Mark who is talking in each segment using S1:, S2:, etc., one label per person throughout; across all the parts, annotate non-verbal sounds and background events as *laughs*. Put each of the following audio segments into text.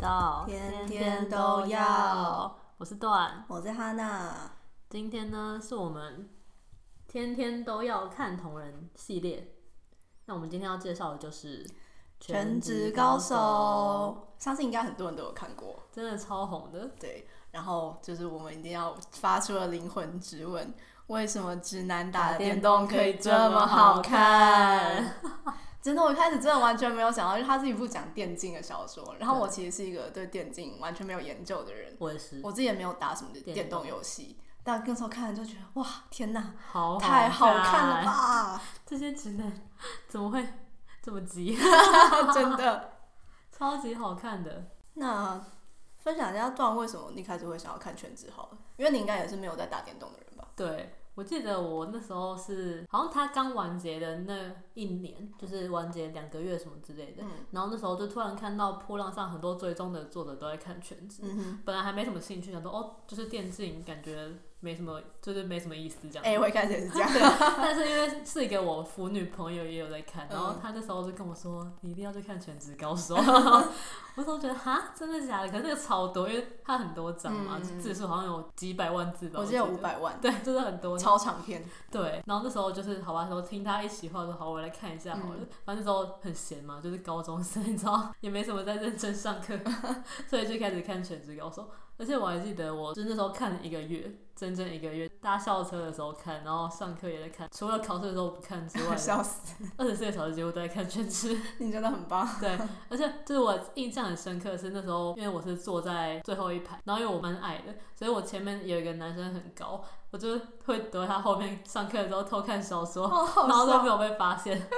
S1: 到
S2: 天天都要。
S1: 我是段，
S2: 我是哈娜，
S1: 今天呢是我们天天都要看同人系列。那我们今天要介绍的就是《
S2: 全职高手，相信应该很多人都有看过。》，
S1: 真的超红的。
S2: 对，然后就是我们一定要发出了灵魂质问：为什么直男打的电动可以这么好看？ *laughs* 真的，我一开始真的完全没有想到，因为它是一部讲电竞的小说。然后我其实是一个对电竞完全没有研究的人，
S1: 我也是，
S2: 我自己也没有打什么
S1: 动
S2: 电动游戏，但那时候看就觉得哇，天哪，
S1: 好
S2: 太好看啊
S1: 看
S2: 了！吧！
S1: 这些直男怎么会 *laughs* 这么急？
S2: *laughs* 真的。
S1: 超级好看的。
S2: 那分享一下段为什么你开始会想要看全职好了，因为你应该也是没有在打电动的人吧？
S1: 对，我记得我那时候是好像他刚完结的那一年，就是完结两个月什么之类的。
S2: 嗯
S1: 然后那时候就突然看到波浪上很多追踪的作者都在看全职，
S2: 嗯哼，
S1: 本来还没什么兴趣，想说哦，就是电竞感觉没什么，就是没什么意思这样。
S2: 哎、我一开始也是这 *laughs* 样，
S1: 但是因为是给我腐女朋友也有在看，
S2: 嗯
S1: 然后她那时候就跟我说，你一定要去看《全职高
S2: *laughs*
S1: 手》我那时候觉得哈，真的假的？可是那个超多，因为它很多章嘛，
S2: 嗯
S1: 字数好像有几百万字吧，
S2: 我
S1: 我
S2: 记得有五，百万，
S1: 对，就是很多。
S2: 超长篇，
S1: 对，然后那时候就是好吧，说听他一起话说好，我来看一下好了。反正那时候很闲嘛，就是高中生， *laughs* 你知道，也没什么在认真上课， *laughs* 所以就开始看《全职高手》。而且我还记得，我就是那时候看了一个月，整整一个月，搭校车的时候看，然后上课也在看，除了考试的时候不看之外，
S2: *laughs* 笑死，
S1: 二十四个小时几乎都在看全职。
S2: 你真的很棒，
S1: 对，而且就是我印象很深刻的是那时候，因为我是坐在最后一排，然后因为我蛮矮的，所以我前面有一个男生很高，我就会躲在他后面上课的时候偷看小说。
S2: 哦，好
S1: 然后都没
S2: 笑。
S1: 有被发现，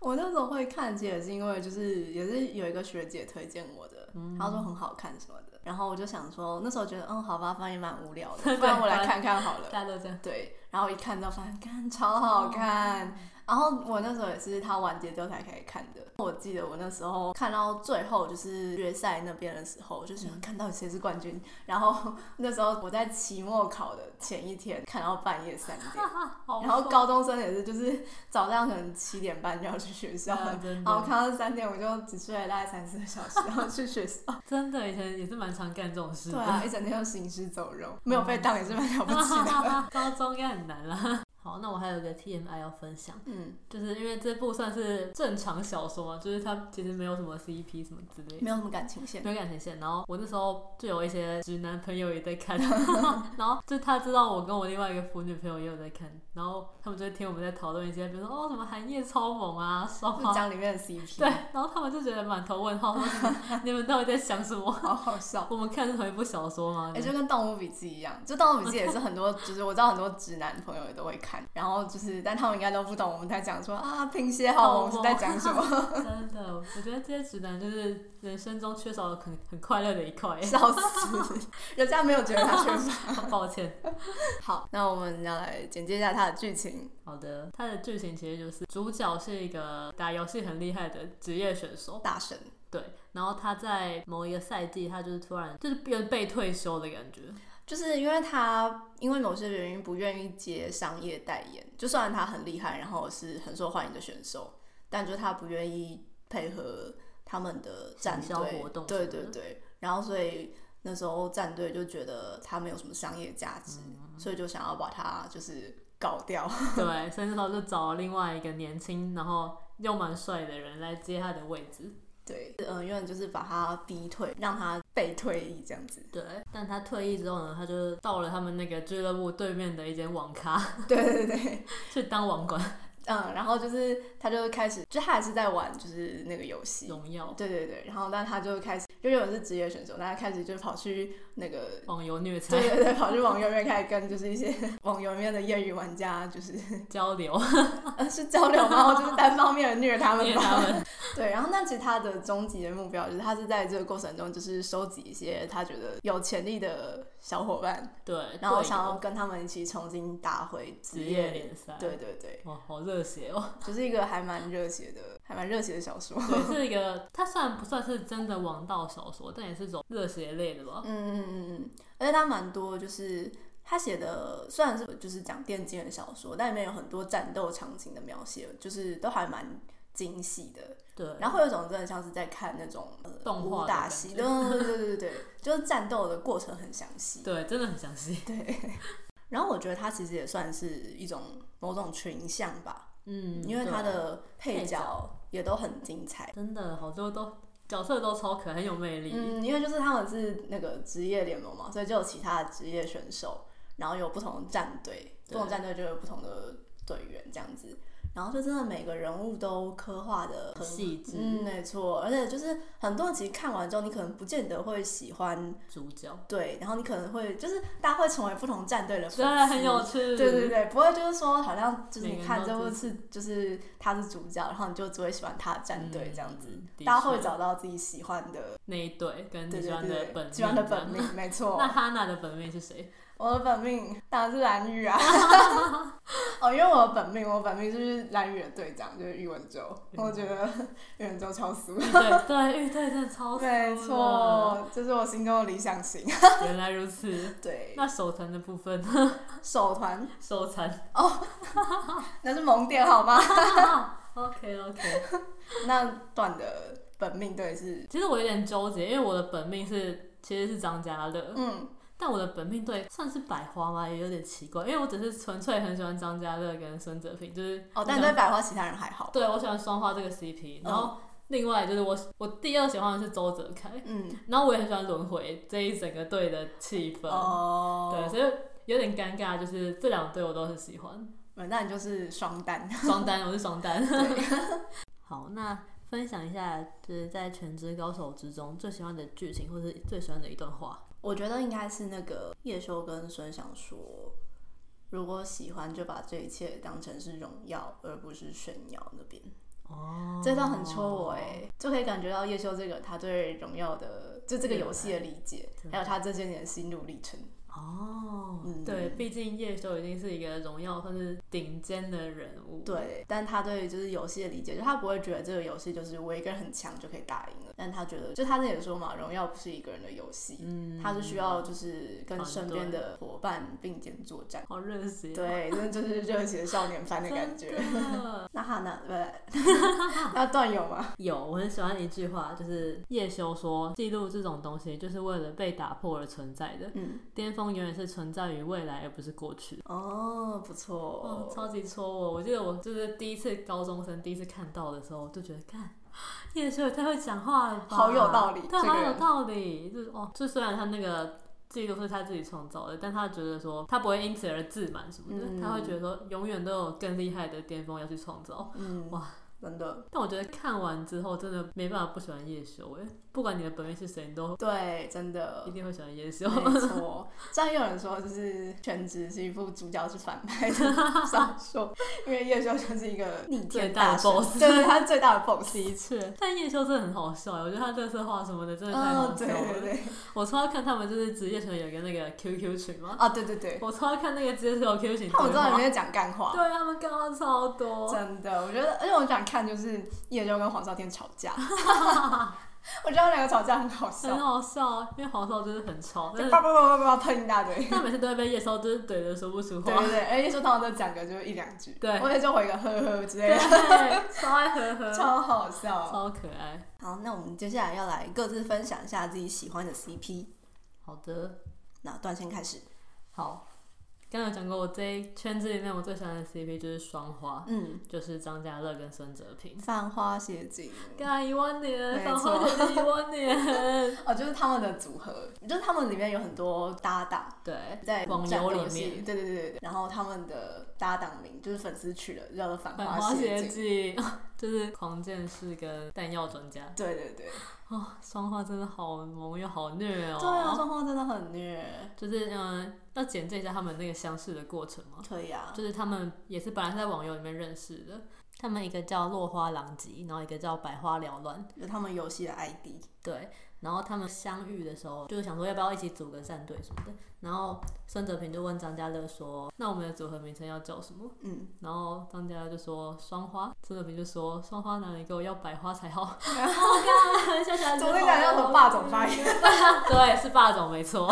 S2: 我那时候会看，其实也是因为就是也是有一个学姐推荐我的，她说很好看什么的，然后我就想说那时候觉得嗯好吧，反正也蛮无 *laughs* 聊的，
S1: 对
S2: 不然我来看看好了。
S1: 大家都这样。
S2: 对，然后一看到发现，看超好看。然后我那时候也是他完结之后才开始看的。我记得我那时候看到最后就是决赛那边的时候，我就想看到底谁是冠军。然后那时候我在期末考的前一天看到半夜三 *laughs* 点，
S1: 好
S2: 然后
S1: 爽
S2: 高中生也是就是早上可能七点半就要去学校
S1: 啊
S2: 了。
S1: 真
S2: 然后
S1: 的，
S2: 看到三点，我就只睡了大概三四个小时，然后去学校。
S1: 真的以前也是蛮常干这种事
S2: *laughs* 对
S1: 的。
S2: 啊，一整天都行尸走肉，没有被当也是蛮了不起的。
S1: *laughs* 高中应该很难啦。好，那我还有一个 TMI 要分享，
S2: *laughs* 嗯，
S1: 就是因为这部算是正常小说嘛，就是它其实没有什么 CP 什么之类的。
S2: 没有什么感情线。
S1: 没有感情线，然后我那时候就有一些直男朋友也在
S2: *laughs*
S1: 看，然后就他知道我跟我另外一个腐女朋友也有在看，然后他们就会听我们在讨论一些，比如说哦什么寒夜超萌啊，双
S2: 就
S1: 花
S2: 讲里面的 CP，
S1: 对，，然后他们就觉得满头问号，说你们到底在想什么？ *laughs*
S2: 好好笑。
S1: 我们看是同一部小说吗？
S2: 哎、就跟《动物笔记》一样，就《动物笔记》也是 *laughs* 很多，就是我知道很多直男朋友也都会看，然后就是，但他们应该都不懂我们在讲说啊拼写嗯好，我们是在讲什么，。
S1: 真的，我觉得这些直男就是人生中缺少了很很快乐的一块
S2: *laughs* 笑死，人家没有觉得他缺乏。
S1: 抱歉。
S2: *laughs* 好，那我们要来简介一下它的剧情，
S1: 好的，它的剧情其实就是主角是一个打游戏很厉害的职业选手，
S2: 大神，
S1: 对，然后他在某一个赛季，他就是突然就是变被退休的感觉， *laughs*
S2: 就是因为他因为某些原因不愿意接商业代言，就算他很厉害，然后是很受欢迎的选手，但就是他不愿意配合他们的战
S1: 行销
S2: 队
S1: 活动
S2: 对
S1: 什么
S2: 对
S1: 的
S2: 对，然后所以那时候战队就觉得他没有什么商业价值，
S1: 嗯
S2: 所以就想要把他就是搞
S1: *laughs*
S2: 掉。
S1: 对，所以那时候就找了另外一个年轻，然后又蛮帅的人来接他的位置。
S2: 对，嗯，因为就是把他逼退，让他被退役这
S1: *laughs*
S2: 样子。
S1: 对，但他退役之后呢，他就到了他们那个俱乐部对面的一间网咖
S2: 对对对。
S1: 去当网管，
S2: 嗯，然后就是他就开始，就他还是在玩就是那个游戏，
S1: 荣耀
S2: 对对对，然后但他就开始，就有人是职业选手，那他开始就跑去那个，
S1: *laughs* 网游虐菜
S2: 对对对，跑去网游里面开始跟就是一些 *laughs* 网游里面的业余玩家，就是 *laughs*
S1: 交流，
S2: 呃是交流吗？就是单方面的虐他们
S1: 虐 *laughs*
S2: 吧。
S1: 他
S2: *laughs*
S1: 们。
S2: 对，然后那其实他的终极的目标就是他是在这个过程中就是收集一些他觉得有潜力的小伙伴，
S1: 对，
S2: 然
S1: 队
S2: 后
S1: 友
S2: 想要跟他们一起重新打回
S1: 职
S2: 职
S1: 业
S2: 业联。
S1: 联赛，
S2: 对对对，
S1: 哇，好热血哦！ *laughs*
S2: 就是一个还蛮热血的，还蛮热血的小说。
S1: 对，是一个，它虽然不算是真的王道小说，但也是种热血类的吧。
S2: 嗯嗯嗯，嗯，而且他蛮多，就是他写的虽然是就是讲电竞的小说，但里面有很多战斗场景的描写，就是都还蛮精细的，
S1: 对，
S2: 然后会有一种真的像是在看那种呃
S1: 动画的
S2: 武打戏，对
S1: 感
S2: 对对对对对，就是战斗的过程很详细。
S1: 对，真的很详细。
S2: 对，然后我觉得它其实也算是一种某种群像吧，
S1: 嗯，
S2: 因为它
S1: 对
S2: 的配
S1: 配
S2: 角也都很精彩。
S1: 真的好多都角色都超可爱，很有魅力。
S2: 嗯，因为就是他们是那个职业联盟嘛，所以就有其他的职业选手，然后有不同的战队，不
S1: 对
S2: 同战队就有不同的队员这样子。然后就真的每个人物都刻画的很
S1: 细致
S2: 嗯，没错。而且就是很多人其实看完之后，你可能不见得会喜欢，
S1: 主角，
S2: 对，然后你可能会就是大家会成为不同战队的粉
S1: 对，
S2: 丝，
S1: 很有趣。
S2: 对对对，不会就是说好像就是
S1: 每个
S2: 你
S1: 人
S2: 看
S1: 都
S2: 这部
S1: 自
S2: 是就是他是主角，然后你就只会喜欢他的战队这样子，
S1: 嗯的
S2: 大家会
S1: 确
S2: 找到自己喜欢的，
S1: 那一对跟
S2: 对
S1: 你喜
S2: 对
S1: 欢的
S2: 对
S1: 本
S2: 对，喜欢的本
S1: 命。
S2: 命，没错
S1: 那。哈娜的本命是谁？
S2: 我的本命当然是蓝
S1: *laughs*
S2: 雨啊，哦，因为我的本命，我本命就是蓝雨的队长，就是喻文州，我觉得喻文州超俗，
S1: 玉对对，玉对真的超骚
S2: 没
S1: 的，
S2: 错，这是我心中的理
S1: *laughs*
S2: 想型，
S1: 原来如此。
S2: 对，
S1: 那手残的部分，
S2: 手团
S1: 手残。
S2: 那是萌点好吗？ *laughs*
S1: OK OK。
S2: 那段的本命队是，
S1: 其实我有点纠结，因为我的本命是其实是张家乐，
S2: 嗯，
S1: 但我的本命队算是百花吗？也有点奇怪，因为我只是纯粹很喜欢张家乐跟孙哲平，就是
S2: 哦，
S1: 我
S2: 但
S1: 喜欢
S2: 对百花其他人还好，
S1: 对我喜欢双花这个 CP，然后另外就是我我第二喜欢的是周泽楷，
S2: 嗯，
S1: 然后我也很喜欢轮回这一整个队的气氛，
S2: 哦，
S1: 对，所以有点尴尬，就是这两队我都很喜欢，
S2: 嗯那你就是双单，
S1: 双单我是双单。 *laughs* 好，那分享一下就是在《全职高手》之中最喜欢的剧情或是最喜欢的一段话。
S2: 我觉得应该是那个叶修跟孙想说，如果喜欢就把这一切当成是荣耀，而不是炫耀那边。
S1: 哦
S2: 这段很戳我哎、就可以感觉到叶修这个他对荣耀的就这个游戏的理解，还有他这些年的心路历程。
S1: 哦，
S2: 嗯
S1: 对，毕竟叶修已经是一个荣耀算是顶尖的人物，
S2: 对，但他对就是游戏的理解，就他不会觉得这个游戏就是我一个人很强就可以打赢了，但他觉得就他自己也说嘛，荣耀不是一个人的游戏，
S1: 嗯
S2: 他是需要就是跟
S1: 团
S2: 身
S1: 队
S2: 边的伙伴并肩作战。
S1: 好热血，啊
S2: 对，真的就是热血少年番的感觉。
S1: 真的。
S2: *laughs* 那哈娜不是， *laughs* 那段友吗？
S1: 有，我很喜欢一句话，就是叶修说，记录这种东西就是为了被打破而存在的，
S2: 嗯，
S1: 巅峰永远是存在于未来，而不是过去。
S2: 哦，不
S1: 哦，
S2: 错，
S1: 超级戳我！我记得我就是第一次高中生第一次看到的时候，我就觉得，看叶修也太会讲话了吧，
S2: 好有道理
S1: 对，
S2: 这个
S1: 好有
S2: 人
S1: 道理。就是哦，就虽然他那个记录是他自己创造的，但他觉得说他不会因此而自满什么的，
S2: 嗯
S1: 他会觉得说永远都有更厉害的巅峰要去创造。
S2: 嗯，
S1: 哇，
S2: 真的，
S1: 但我觉得看完之后，真的没办法不喜欢叶修哎，不管你的本命是谁，你都
S2: 对，真
S1: 一
S2: 的。
S1: 定会喜欢叶修。 *laughs*
S2: 没错，虽然有人说就是《全职》是一部主角是反派
S1: *laughs*
S2: 的小说，因为叶修就是一个逆
S1: 最
S2: 天
S1: 大的
S2: 神
S1: boss
S2: *laughs* 对对，他是最大的
S1: *laughs*
S2: boss。
S1: 的确，但叶修真的很好笑，欸我觉得他乐色话什么的真的太
S2: 嗯，
S1: 好
S2: 对
S1: 笑了。
S2: 对对，
S1: 我超爱看他们就是职业群有一个那个 QQ 群嘛，
S2: 啊，对对对，
S1: 我超爱看那个职业群有 QQ 群对
S2: 他们知道里
S1: 话，
S2: 面讲干话，
S1: 对他们干话超多，
S2: 真的，我觉得，而且我想看就是叶修跟黄少天吵架，我觉得他们两个吵架很好笑
S1: 很，好笑。因为黄少就是很吵，但
S2: 就
S1: 是
S2: 叭叭叭叭叭喷一大堆。
S1: 但每次都会被叶修就是怼的说不出
S2: 对
S1: 话
S2: 对，对，而且说通常都讲个就是一两句，
S1: 对
S2: 我也就回个呵呵之类
S1: *laughs*
S2: 的，
S1: 对，超爱呵呵，
S2: 超好笑。
S1: 超可爱。
S2: 好，那我们接下来要来各自分享一下自己喜欢的 CP。
S1: 好的。
S2: 那段先开始，
S1: 好，刚才有讲过，我这一圈子里面我最喜欢的 CP 就是双花，
S2: 嗯，
S1: 就是张家乐跟孙哲平。
S2: 犯花写景，
S1: 干一万年，
S2: 没
S1: 反
S2: 错
S1: 花姐姐一万
S2: *laughs*
S1: 年。
S2: 哦，就是他们的组合，就是他们里面有很多搭档，
S1: 对，
S2: 在
S1: 网
S2: 战
S1: 游
S2: 斗
S1: 里
S2: 戏
S1: 面
S2: 对对对对对，然后他们的搭档名就是粉丝取的，叫做反
S1: 反
S2: 花
S1: 花
S2: 写
S1: 血
S2: 景。
S1: 记 *laughs* 就是狂剑士跟弹药专家。
S2: 对对对，
S1: 哦，双花真的好萌又好虐哦。
S2: 对啊，状况真的很虐。
S1: 就是嗯，要简介一下他们那个相识的过程嘛。
S2: 可以啊，
S1: 就是他们也是本来是在网游里面认识的，他们一个叫落花狼藉，然后一个叫百花缭乱。
S2: 有他们游戏的 ID。
S1: 对，然后他们相遇的时候，就是想说要不要一起组个战队什么的，然后孙哲平就问张家乐说：“那我们的组合名称要叫什么
S2: 嗯，？”
S1: 然后张家乐就说：“双花。”孙哲平就说：“双花哪里够，要百花才 *laughs* 好。”好干，笑起来
S2: 总是感觉很霸总发言，
S1: *laughs* 对，是霸总没错。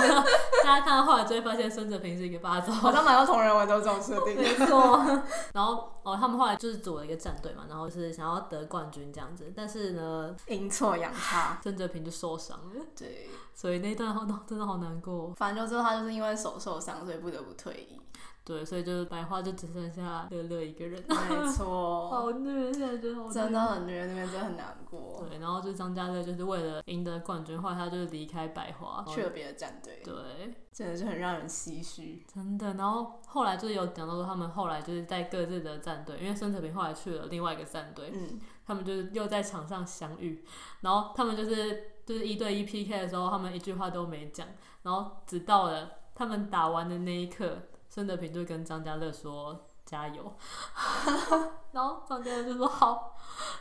S1: 大家看到后来就会发现孙哲平是一个霸总。
S2: 好像蛮多同人文都有这种设定。
S1: 没错。然后哦，他们后来就是组了一个战队嘛，然后就是想要得冠军这样子。但是呢，
S2: *laughs* 阴错阳差，
S1: 郑哲平就受伤了，
S2: *laughs* 对，
S1: 所以那段好真的好难过哦。
S2: 反正就知道他就是因为手受伤，所以不得不退役。
S1: 对，所以就是白花就只剩下乐乐一个人，
S2: 没错， *laughs*
S1: 好虐，现在觉得好虐
S2: 真的。很虐，那边真的很难过，
S1: 对，然后就是张家乐就是为了赢得冠军，后来他就离开百花。
S2: 去了别的战队，
S1: 对，
S2: 真的是很让人唏嘘。
S1: 真的。然后后来就是有讲到说，他们后来就是在各自的战队，因为孙哲平后来去了另外一个战队，
S2: 嗯，
S1: 他们就是又在场上相遇，然后他们就是就是一对一 PK 的时候，他们一句话都没讲，然后直到了他们打完的那一刻，孙德平就跟张家乐说加油，然后张家乐就说好，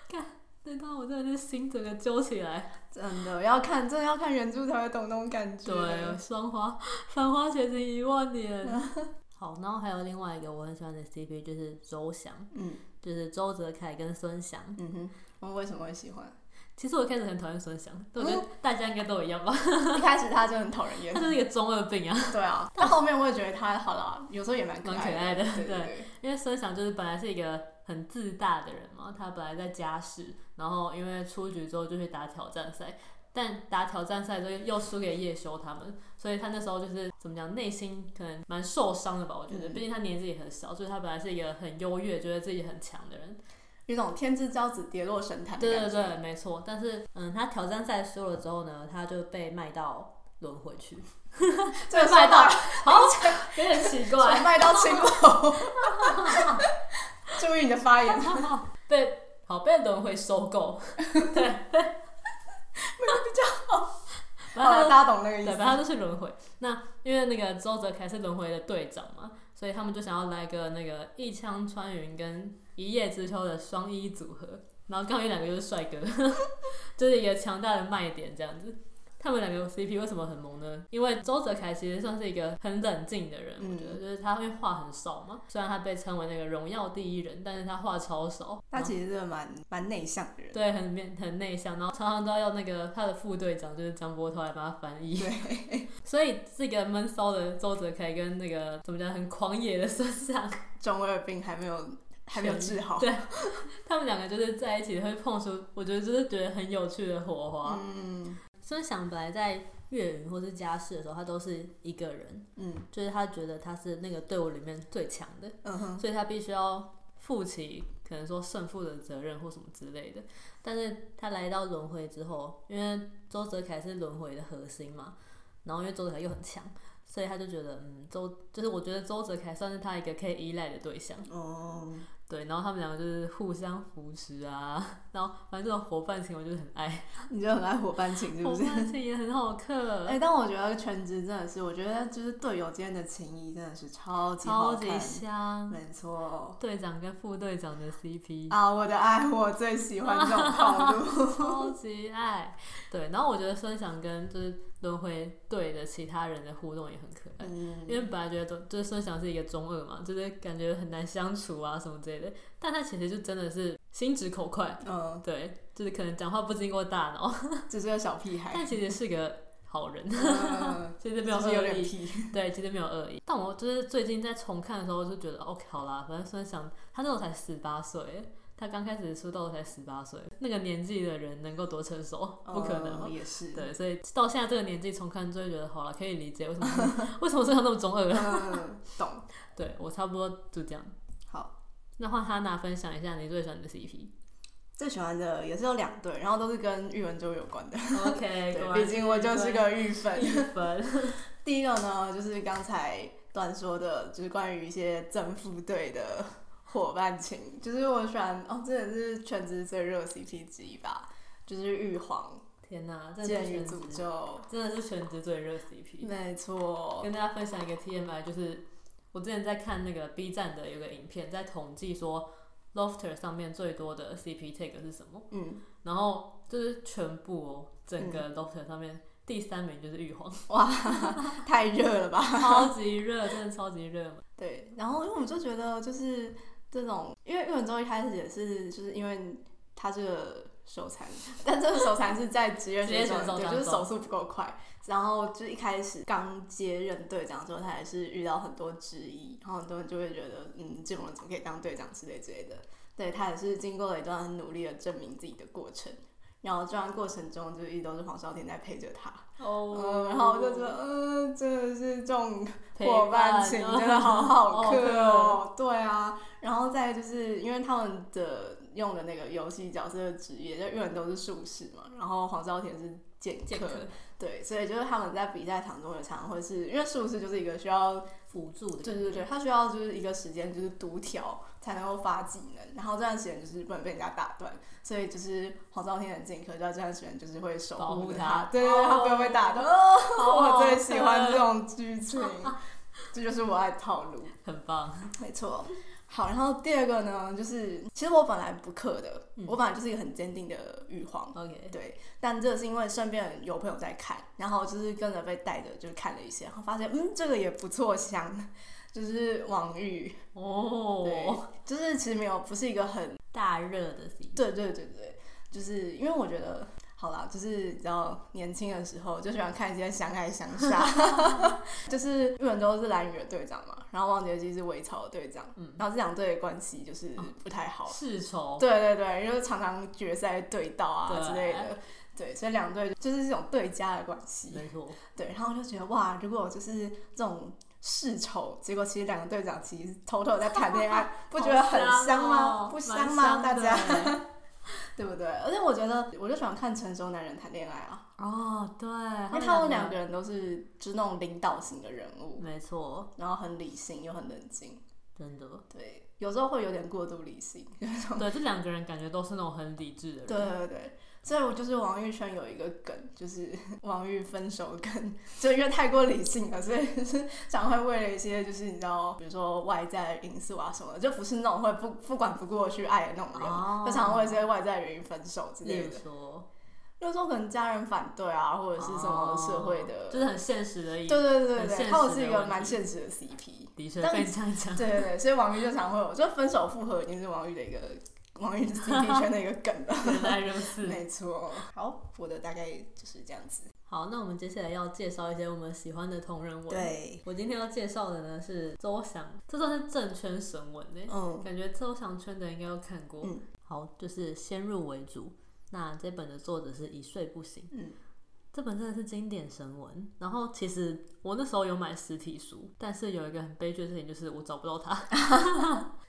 S1: 看那段我真的是心整个揪起来，
S2: 真的要看，真的要看原著才会懂那种感觉。
S1: 对，双花 *laughs* 繁花前程一万年。 *laughs* 好，然后还有另外一个我很喜欢的 CP 就是周翔，
S2: 嗯
S1: 就是周泽楷跟孙翔。
S2: 嗯哼，我为什么会喜欢？ *laughs*
S1: 其实我一开始很讨厌孙翔，但我觉得大家应该都一样吧。 *laughs*
S2: 一开始他真的很讨人厌
S1: 他，就是一个中二病啊，
S2: 对 *laughs* 啊，但后面我也觉得他好啦，有时候也蛮可
S1: 蛮可爱的
S2: 的，对
S1: 对
S2: 对，
S1: 因为孙翔就是本来是一个很自大的人嘛，他本来在家世，然后因为出局之后就去打挑战赛，但打挑战赛之后又输给叶修他们，所以他那时候就是怎么讲，内心可能蛮受伤的吧，我觉得，
S2: 嗯
S1: 毕竟他年纪也很小，所以他本来是一个很优越，觉得自己很强的人，
S2: 有一种天之骄子跌落神坛的
S1: 对
S2: 感
S1: 对
S2: 觉。
S1: 对，没错。但是嗯，他挑战赛输了之后呢，他就被卖到轮回去，
S2: 这个
S1: 麦
S2: 说
S1: 当
S2: 法
S1: 好 *laughs* 有点奇怪， *laughs*
S2: *laughs* 崇拜到青楼。 *laughs* 注意你的
S1: *laughs*
S2: 发言，
S1: 被好被轮回收购，
S2: *laughs*
S1: 对，没有比较
S2: 好
S1: 好。
S2: 了，大家懂那个
S1: 对，*laughs* 反
S2: 意思
S1: 正。他就是轮回。那因为那个周泽楷是轮回的队长嘛，所以他们就想要来个那个一枪穿云跟一叶知秋的双一组合，然后刚好有两个就是帅哥， *laughs* 就是一个强大的卖点这样子。他们两个 CP 为什么很萌呢？因为周泽楷其实算是一个很冷静的人，
S2: 嗯
S1: 我觉得就是他会话很少嘛。虽然他被称为那个荣耀第一人，但是他话超少。
S2: 他其实是个蛮蛮内向的人，
S1: 对，很面很内向，然后常常都要用那个他的副队长就是张波涛来帮他翻译。 *laughs* 所以这个闷骚的周泽楷跟那个怎么讲很狂野的孙尚，
S2: 中二病还没有还没有治好。
S1: 对他们两个就是在一起会碰出，我觉得就是觉得很有趣的火花。
S2: 嗯
S1: 孙翔本来在粤语或是家世的时候，他都是一个人，
S2: 嗯
S1: 就是他觉得他是那个队伍里面最强的，
S2: 嗯哼，
S1: 所以他必须要负起可能说胜负的责任或什么之类的。但是他来到轮回之后，因为周泽楷是轮回的核心嘛，然后因为周泽楷又很强，所以他就觉得，嗯，周就是我觉得周泽楷算是他一个可以依赖的对象，
S2: 哦，
S1: 对。然后他们两个就是互相扶持啊， *laughs* 然后反正这种伙伴情我就是很爱，
S2: 你就很爱伙伴 *laughs* 情是
S1: 伙
S2: 不是？
S1: 伴情也很好嗑，
S2: *laughs* 哎，但我觉得全职真的是，我觉得就是队友间的情谊真的是超级好
S1: 超
S2: 看
S1: 级香。
S2: 没错
S1: 队长跟副队长的 CP
S2: 啊，我的爱，我最喜欢这种套
S1: *laughs*
S2: 路。
S1: 超级爱。对，然后我觉得孙翔跟就是轮回队的其他人的互动也很可爱，
S2: 嗯
S1: 因为本来觉得就是孙翔是一个中二嘛，就是感觉很难相处啊什么之类的，但他其实就真的是心直口快，
S2: 嗯，
S1: 对，就是可能讲话不经过大脑，
S2: 只是个小屁孩，
S1: 但其实是个好人， *laughs*
S2: 嗯
S1: 其实没有
S2: 就是有
S1: 恶
S2: 点
S1: 意，
S2: 屁。
S1: *laughs* 对，其实没有恶意。但我就是最近在重看的时候，就觉得 OK 好啦，反正孙翔他那时候才十八岁。他刚开始出道才十八岁，那个年纪的人能够多成熟，不可能嘛
S2: 嗯。也是。
S1: 对，所以到现在这个年纪重看，就会觉得好了，可以理解为什么 *laughs* 为什么身上那么中二。
S2: 嗯，懂。
S1: 对我差不多就这样。
S2: 好，
S1: 那换哈娜分享一下你最喜欢的 CP。
S2: 最喜欢的也是有两对，然后都是跟玉文珠有关的。
S1: OK，
S2: 对，毕竟我就是个玉
S1: 一
S2: 粉。
S1: 分。
S2: 第一个呢，就是刚才段说的，就是关于一些正副队的伙伴情，就是我喜欢哦，这也是全职最热的 CP 之一吧，就是玉皇
S1: 天哪，真的
S2: 剑与
S1: 是
S2: 诅
S1: 全职，
S2: 咒。
S1: 真的是全职最热 CP。
S2: 没错，
S1: 跟大家分享一个 TMI，就是我之前在看那个 B 站的有个影片，在统计说 Lofter 上面最多的 CP tag 是什么。
S2: 嗯，
S1: 然后就是全部哦，整个 Lofter 上面第三名就是玉皇，
S2: 哇，太热了吧？
S1: 超级热，真的超级热门。
S2: 对，然后因为我们就觉得就是这种，因为因为本周一开始也是就是因为他这个手残， *laughs* 但这个手残是在职业
S1: 职业
S2: 选
S1: 选手
S2: 对，
S1: 当
S2: 就是
S1: 中
S2: 手速不够快，然后就一开始刚接任队长之后，他还是遇到很多质疑，然后很多人就会觉得嗯，这种人怎么可以当队长之类之类的。对他也是经过了一段很努力的证明自己的过程，然后这段过程中就一直都是黄少天在陪着他，
S1: *laughs* 哦
S2: 嗯，然后我就觉得嗯，真的是这种
S1: 陪
S2: 伙伴情真的好好
S1: 好
S2: 磕
S1: 磕
S2: 哦，对啊，然后再就是因为他们的用的那个游戏角色的职业，就永远都是术士嘛，然后黄少田是剑
S1: 剑
S2: 客，
S1: 客
S2: 对，所以就是他们在比赛场中也常常会是因为术士就是一个需要，
S1: 辅助的，
S2: 对对对，他需要就是一个时间就是读条才能够发技能，然后这段时间就是不能被人家打断，所以就是黄少天的剑客在这段时间就是会守
S1: 保
S2: 护
S1: 护
S2: 着
S1: 他
S2: 对对对，他不要被打 *laughs* 断。哦我最喜欢这种剧情， *laughs* 这就是我爱的套路。
S1: 很棒。
S2: 没错。好，然后第二个呢，就是其实我本来不氪的，
S1: 嗯
S2: 我本来就是一个很坚定的玉皇，
S1: OK，
S2: 对。但这是因为身边有朋友在看，然后就是跟着被带着就看了一些，然后发现嗯，这个也不错香，就是网域，对
S1: 哦，，
S2: 就是其实没有不是一个很
S1: 大热的 C，
S2: 对对对对，就是因为我觉得，好啦，就是比较年轻的时候就喜欢看一些相爱相
S1: *laughs*
S2: 杀， *laughs* 就是日本都是蓝宇的队长嘛，然后王杰基是伪草的队长，
S1: 嗯
S2: 然后这两队的关系就是不太好，
S1: 世仇，
S2: 对对对，因为常常决赛对到啊
S1: 对
S2: 之
S1: *laughs*
S2: 类的。对，所以两队就是这种对家的关系。
S1: 没错，
S2: 对，然后我就觉得哇，如果就是这种世仇，结果其实两个队长其实偷偷在谈
S1: *laughs*
S2: 恋爱，不觉得很
S1: 好
S2: 香吗？
S1: 哦
S2: 不
S1: 蛮
S2: 香吗？大
S1: 的
S2: 家？对不对？而且我觉得，我就喜欢看成熟男人谈恋爱啊，
S1: *laughs* 哦，对，
S2: 因为他们两个人都是就是那种领导型的人物，
S1: 没错，
S2: 然后很理性又很冷静，
S1: 真的，
S2: *laughs* 对，有时候会有点过度理性。 *laughs*
S1: 对，这两个人感觉都是那种很理智的人，
S2: 对对对，所以我就是王玉轩有一个梗，就是王玉分手梗， *laughs* 就因为太过理性了，所以就是常会为了一些就是你知道，比如说外在的因素啊什么的，就不是那种会不不管不顾去爱的那种人，
S1: 哦
S2: 就常常为一些外在原因分手之
S1: 例
S2: 类
S1: 如
S2: 的。
S1: 说，
S2: 有时候可能家人反对啊，或者是什么社会
S1: 哦
S2: 的，
S1: 就是很现实的一，
S2: 对对对对
S1: 很现
S2: 对，
S1: 实
S2: 他们是
S1: 的
S2: 一个
S1: 问
S2: 蛮
S1: 题
S2: 现实的 CP。
S1: 的确
S2: 但
S1: 被你这样
S2: *laughs*
S1: 讲，
S2: 对对对，所以王玉就常会有，就分手复合已经是王玉的一个王玉
S1: *laughs*
S2: CP 圈的一个梗了。
S1: 原来如此。
S2: 没错，好，我的大概就是这样子。
S1: 好，那我们接下来要介绍一些我们喜欢的同人文。，
S2: 对，
S1: 我今天要介绍的呢是周翔，这算是正圈神文呢、
S2: 嗯，
S1: 感觉周翔圈的人应该都看过。
S2: 嗯
S1: 好，就是先入为主。那这本的作者是一睡不醒，
S2: 嗯，
S1: 这本真的是经典神文。然后其实我那时候有买实体书，但是有一个很悲剧的事情，就是我找不到它。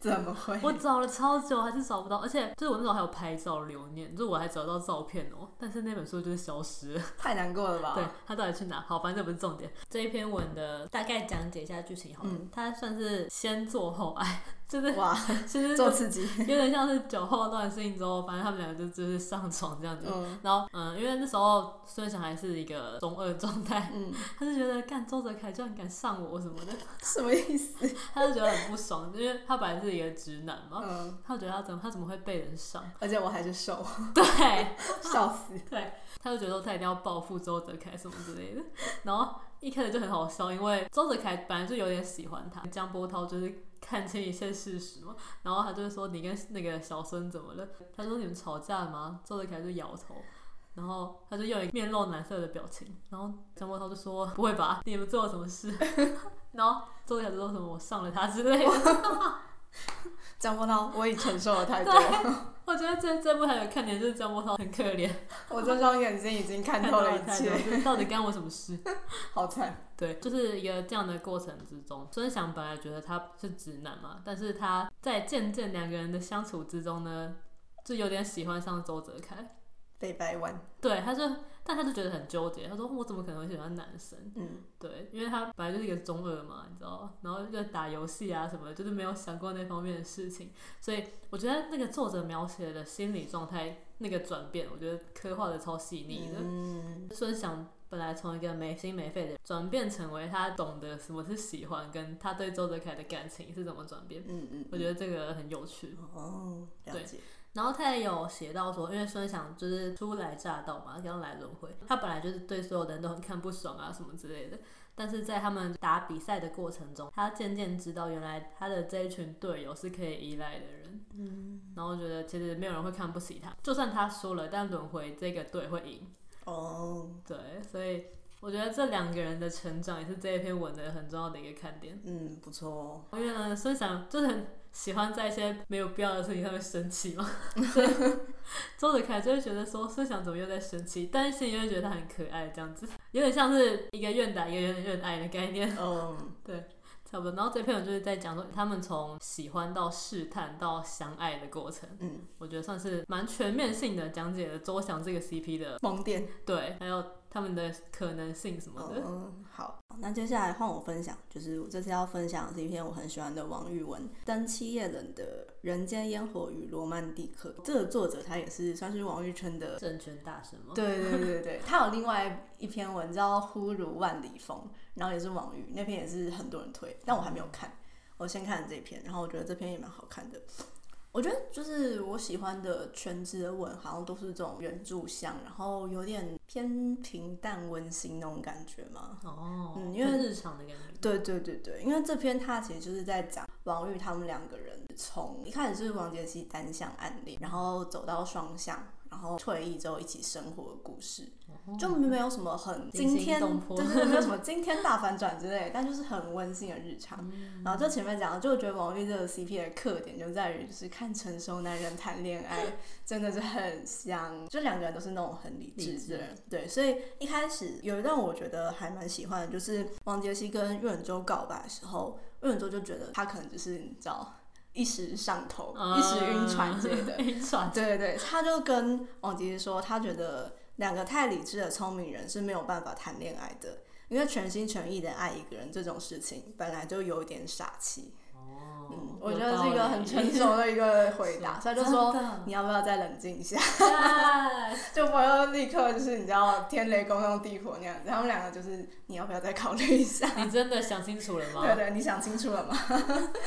S2: 怎么会？
S1: 我找了超久还是找不到，而且就是我那时候还有拍照留念，就是我还找到照片哦、但是那本书就是消失了。
S2: 太难过了吧？
S1: 对，，它到底去哪？好，反正这不是重点。这一篇文的大概讲解一下剧情好了，
S2: 嗯
S1: 它算是先做后爱， *laughs* 就是
S2: 哇，
S1: 其实
S2: 做刺激，
S1: 有点像是酒后乱性之后，反正他们两个就就是上床这样子。
S2: 嗯
S1: 然后，嗯，因为那时候孙翔还是一个中二状态， *laughs*
S2: 嗯，
S1: 他就觉得干周泽楷居然敢上我什么的， *laughs*
S2: 什么意思？
S1: 他就觉得很不爽，因为他本来是一个直男嘛，
S2: 嗯，
S1: 他觉得他怎么他怎么会被人上？ *laughs*
S2: 而且我还是瘦， *laughs*
S1: 对，
S2: 笑死。
S1: 对，他就觉得他一定要报复周泽楷什么之类的。然后一开始就很好笑，因为周泽楷本来就有点喜欢他，江波涛就是看清一切事实嘛。然后他就说：“你跟那个小孙怎么了？”他说：“你们吵架了吗？”周泽楷就摇头。然后他就用一个面露难色的表情，然后江波涛就说：“不会吧，你们做了什么事？” *laughs* 然后周泽楷就说什么“我上了他”之类的。 *laughs*
S2: 张波涛，我已承受了太多，
S1: 我觉得这这部还有看点就是江波涛很可怜，
S2: 我这双眼睛已经看透了一
S1: 太
S2: 切，
S1: 多，到底干我什么事？
S2: 好惨。
S1: 对，就是一个这样的过程之中，孙翔本来觉得他是直男嘛，但是他在渐渐两个人的相处之中呢，就有点喜欢上周泽楷。
S2: 被掰弯，
S1: 对，他就，但他就觉得很纠结，他说我怎么可能会喜欢男生？
S2: 嗯，
S1: 对，因为他本来就是一个中二嘛，你知道吗，然后就打游戏啊什么的，就是没有想过那方面的事情，所以我觉得那个作者描写的心理状态那个转变，我觉得刻画的超细腻的。
S2: 嗯，
S1: 孙翔本来从一个没心没肺的人，转变成为他懂得什么是喜欢，跟他对周泽楷的感情是怎么转变。
S2: 嗯嗯，
S1: 我觉得这个很有趣。
S2: 哦，了
S1: 对
S2: 解，
S1: 然后他也有写到说，因为孙翔就是初来乍到嘛，刚来轮回，他本来就是对所有的人都很看不爽啊什么之类的。但是在他们打比赛的过程中，他渐渐知道原来他的这一群队友是可以依赖的人。嗯，然后觉得其实没有人会看不起他，就算他输了，但轮回这个队会赢。
S2: 哦，
S1: 对，所以我觉得这两个人的成长也是这一篇文的很重要的一个看点。
S2: 嗯，不错哦。
S1: 因为呢，孙翔就是很喜欢在一些没有必要的事情上面生气嘛，所以周子凯就会觉得说孙翔怎么又在生气，但是心里又觉得他很可爱，这样子有点像是一个愿打一个愿愿爱的概念，
S2: 嗯，
S1: 差不多。然后这篇文就是在讲说他们从喜欢到试探到相爱的过程，
S2: 嗯，
S1: 我觉得算是蛮全面性的讲解了周翔这个 CP 的
S2: 萌点。
S1: 对，还有他们的可能性什么的。
S2: 嗯，好，那接下来换我分享，就是我这次要分享的是一篇我很喜欢的王玉文《登七叶冷的人间烟火与罗曼蒂克》。这个作者他也是算是王玉春的。
S1: 政权大神吗？
S2: 对对对对，他有另外一篇文叫《忽如万里风》，然后也是王玉那篇也是很多人推，但我还没有看，我先看了这篇，然后我觉得这篇也蛮好看的。我觉得就是我喜欢的全职的文，好像都是这种原著像，然后有点偏平淡温馨那种感觉嘛。
S1: 哦，
S2: 嗯因为
S1: 很日常的感觉，
S2: 对对对对，因为这篇它其实就是在讲王玉他们两个人从一开始是王杰希单向暗恋，然后走到双向，然后退役之后一起生活的故事， *laughs* 就没有什么很
S1: 哦惊心
S2: 惊天，
S1: 动魄
S2: 就是没有
S1: *laughs*
S2: 什么惊天大反转之类，但就是很温馨的日常。
S1: 嗯
S2: 然后就前面讲，就我觉得王玉这个 CP 的特点就在于，就是看成熟男人谈恋爱真的是很香，就两个人都是那种很理智
S1: 理智
S2: 的人，对，所以一开始有让我觉得还蛮喜欢的，就是王杰希跟岳远洲告白的时候，岳远洲就觉得他可能只是你知道一时上头、
S1: 啊
S2: 一时晕船之类的，
S1: 晕船，
S2: 对对对，他就跟王杰说，他觉得两个太理智的聪明人是没有办法谈恋爱的，因为全心全意的爱一个人这种事情本来就有点傻气。
S1: 哦
S2: 嗯，我觉得是一个很成熟的一个回答，所以就说。你要不要再冷静一下？ *laughs* 就不要立刻就是你知道天雷公用地火那样子。他们两个就是你要不要再考虑一下？
S1: *laughs* 你真的想清楚了
S2: 对
S1: 吗？
S2: 对，你想清楚了吗？ *laughs*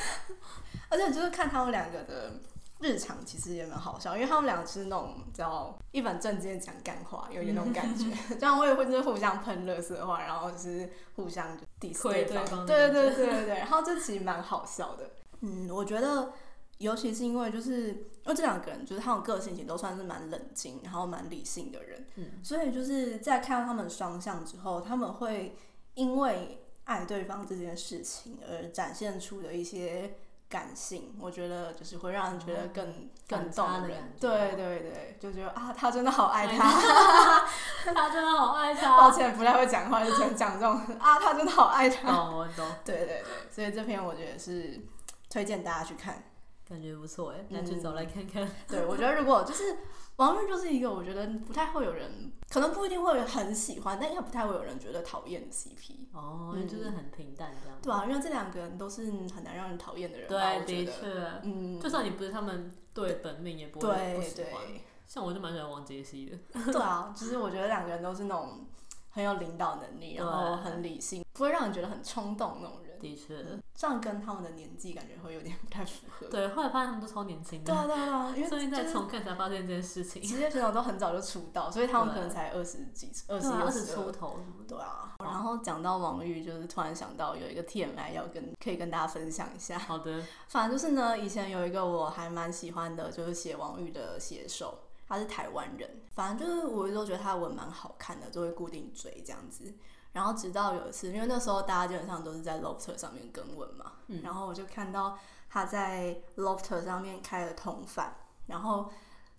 S2: 而且就是看他们两个的日常，其实也蛮好笑，因为他们两个是那种比较一本正经地讲干话，有点那种感
S1: *laughs*
S2: 觉。这样我也会就是互相喷乐色话，然后就是互相就 diss
S1: 亏对
S2: 方。
S1: 方
S2: 对
S1: 的
S2: 对对对对，然后这其实蛮好笑的。嗯，我觉得。尤其是因为，就是因为这两个人，就是他们个性其实都算是蛮冷静，然后蛮理性的人，
S1: 嗯
S2: 所以就是在看到他们双向之后，他们会因为爱对方这件事情而展现出的一些感性，我觉得就是会让人觉得更、更
S1: 哦反差
S2: 动
S1: 的
S2: 人
S1: 感。觉
S2: 对对对，就觉得啊，他真的好爱
S1: 爱
S2: 他。
S1: *laughs* 他真的好爱
S2: *laughs* 抱
S1: 他。
S2: 歉，不太会讲话，就只能
S1: *laughs*
S2: 讲这种啊，他真的好爱他。
S1: 哦，我懂，
S2: 对对对，所以这篇我觉得是推荐大家去看。
S1: 感觉不错哎，
S2: 嗯
S1: 那去找来看看。
S2: 对，我觉得如果就是王玉就是一个我觉得不太会有人，可能不一定会很喜欢，但应该不太会有人觉得讨厌的 CP。
S1: 哦，因为就是很平淡这样。
S2: 对啊，因为这两个人都是很难让人讨厌的人啊吧，我觉
S1: 对，的
S2: 得，
S1: 确，
S2: 嗯，
S1: 就算你不是他们对本命，也不会不
S2: 对
S1: 喜欢。像我就蛮喜欢王杰希的， *laughs*
S2: 对对啊，就是我觉得两个人都是那种很有领导能力，然
S1: 对
S2: 后很理性，不会让人觉得很冲动那种人。
S1: 的确，
S2: 这样跟他们的年纪感觉会有点不太符合。
S1: 对。后来发现他们都超年轻
S2: 对
S1: 的，
S2: 啊，对啊，对啊，因为
S1: 最近
S2: 就
S1: 在
S2: 是
S1: 重看才发现这件事情。
S2: 职业选手都很早就出道，所以他们
S1: 对
S2: 可能才二十几、二十
S1: 对
S2: 一、
S1: 啊，二
S2: 二
S1: 十
S2: 十
S1: 出
S2: 二。
S1: 头哦什么的。
S2: 对啊，然后讲到王玉，就是突然想到有一个 TMI 要跟可以跟大家分享一下。
S1: 好的，
S2: 反正就是呢，以前有一个我还蛮喜欢的，就是写王玉的写手，他是台湾人。反正就是我一直都觉得他的文蛮好看的，就会固定追这样子。然后直到有一次，因为那时候大家基本上都是在 Lofter 上面更文嘛，
S1: 嗯
S2: 然后我就看到他在 Lofter 上面开了通贩，然后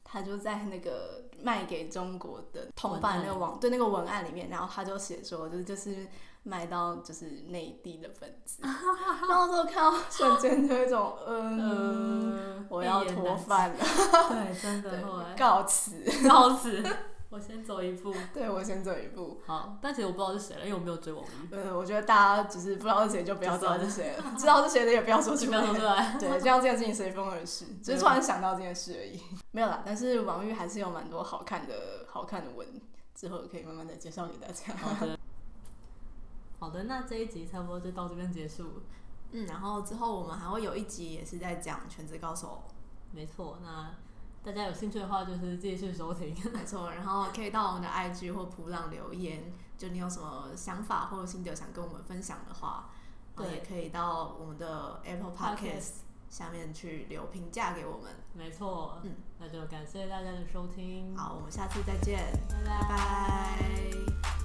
S2: 他就在那个卖给中国的通贩那个网对那个文案里面，然后他就写说，就是就是卖到就是内地的本子，然后就看到 *laughs* 瞬间就有一种嗯，
S1: 呃，
S2: 我要
S1: 一言
S2: 脱
S1: 难
S2: 饭了，
S1: 尽。 *laughs* 对，真的后啊来
S2: 对，告辞， *laughs*
S1: 告辞， *laughs* 我先走一步。
S2: 对我先走一步。
S1: 好，但其实我不知道是谁了，因为我没有追网鱼，
S2: 嗯，我觉得大家就是不知道是谁就不要知道是谁了，
S1: *laughs*
S2: 知道是谁的也不要说
S1: 就
S2: 出
S1: 不要说出
S2: 来。
S1: 来。
S2: 对，就让这件事情随风而逝，只是
S1: 对
S2: 突然想到这件事而已。没有啦，但是王玉还是有蛮多好看的好看的文，之后可以慢慢再介绍给大家。
S1: *laughs* 好的，好的，那这一集差不多就到这边结束。
S2: 嗯，然后之后我们还会有一集也是在讲《全职高手
S1: 没错，那大家有兴趣的话，就是继续收听。 *laughs*
S2: *laughs* 没错，然后可以到我们的 IG 或普朗留言，就你有什么想法或者心得想跟我们分享的话，
S1: 对
S2: 呃也可以到我们的 Apple
S1: Podcast
S2: Podcast 下面去留评价给我们。
S1: 没错，
S2: 嗯，
S1: 那就感谢大家的收听，
S2: 好，我们下次再见，
S1: 拜
S2: 拜
S1: 拜。
S2: 拜。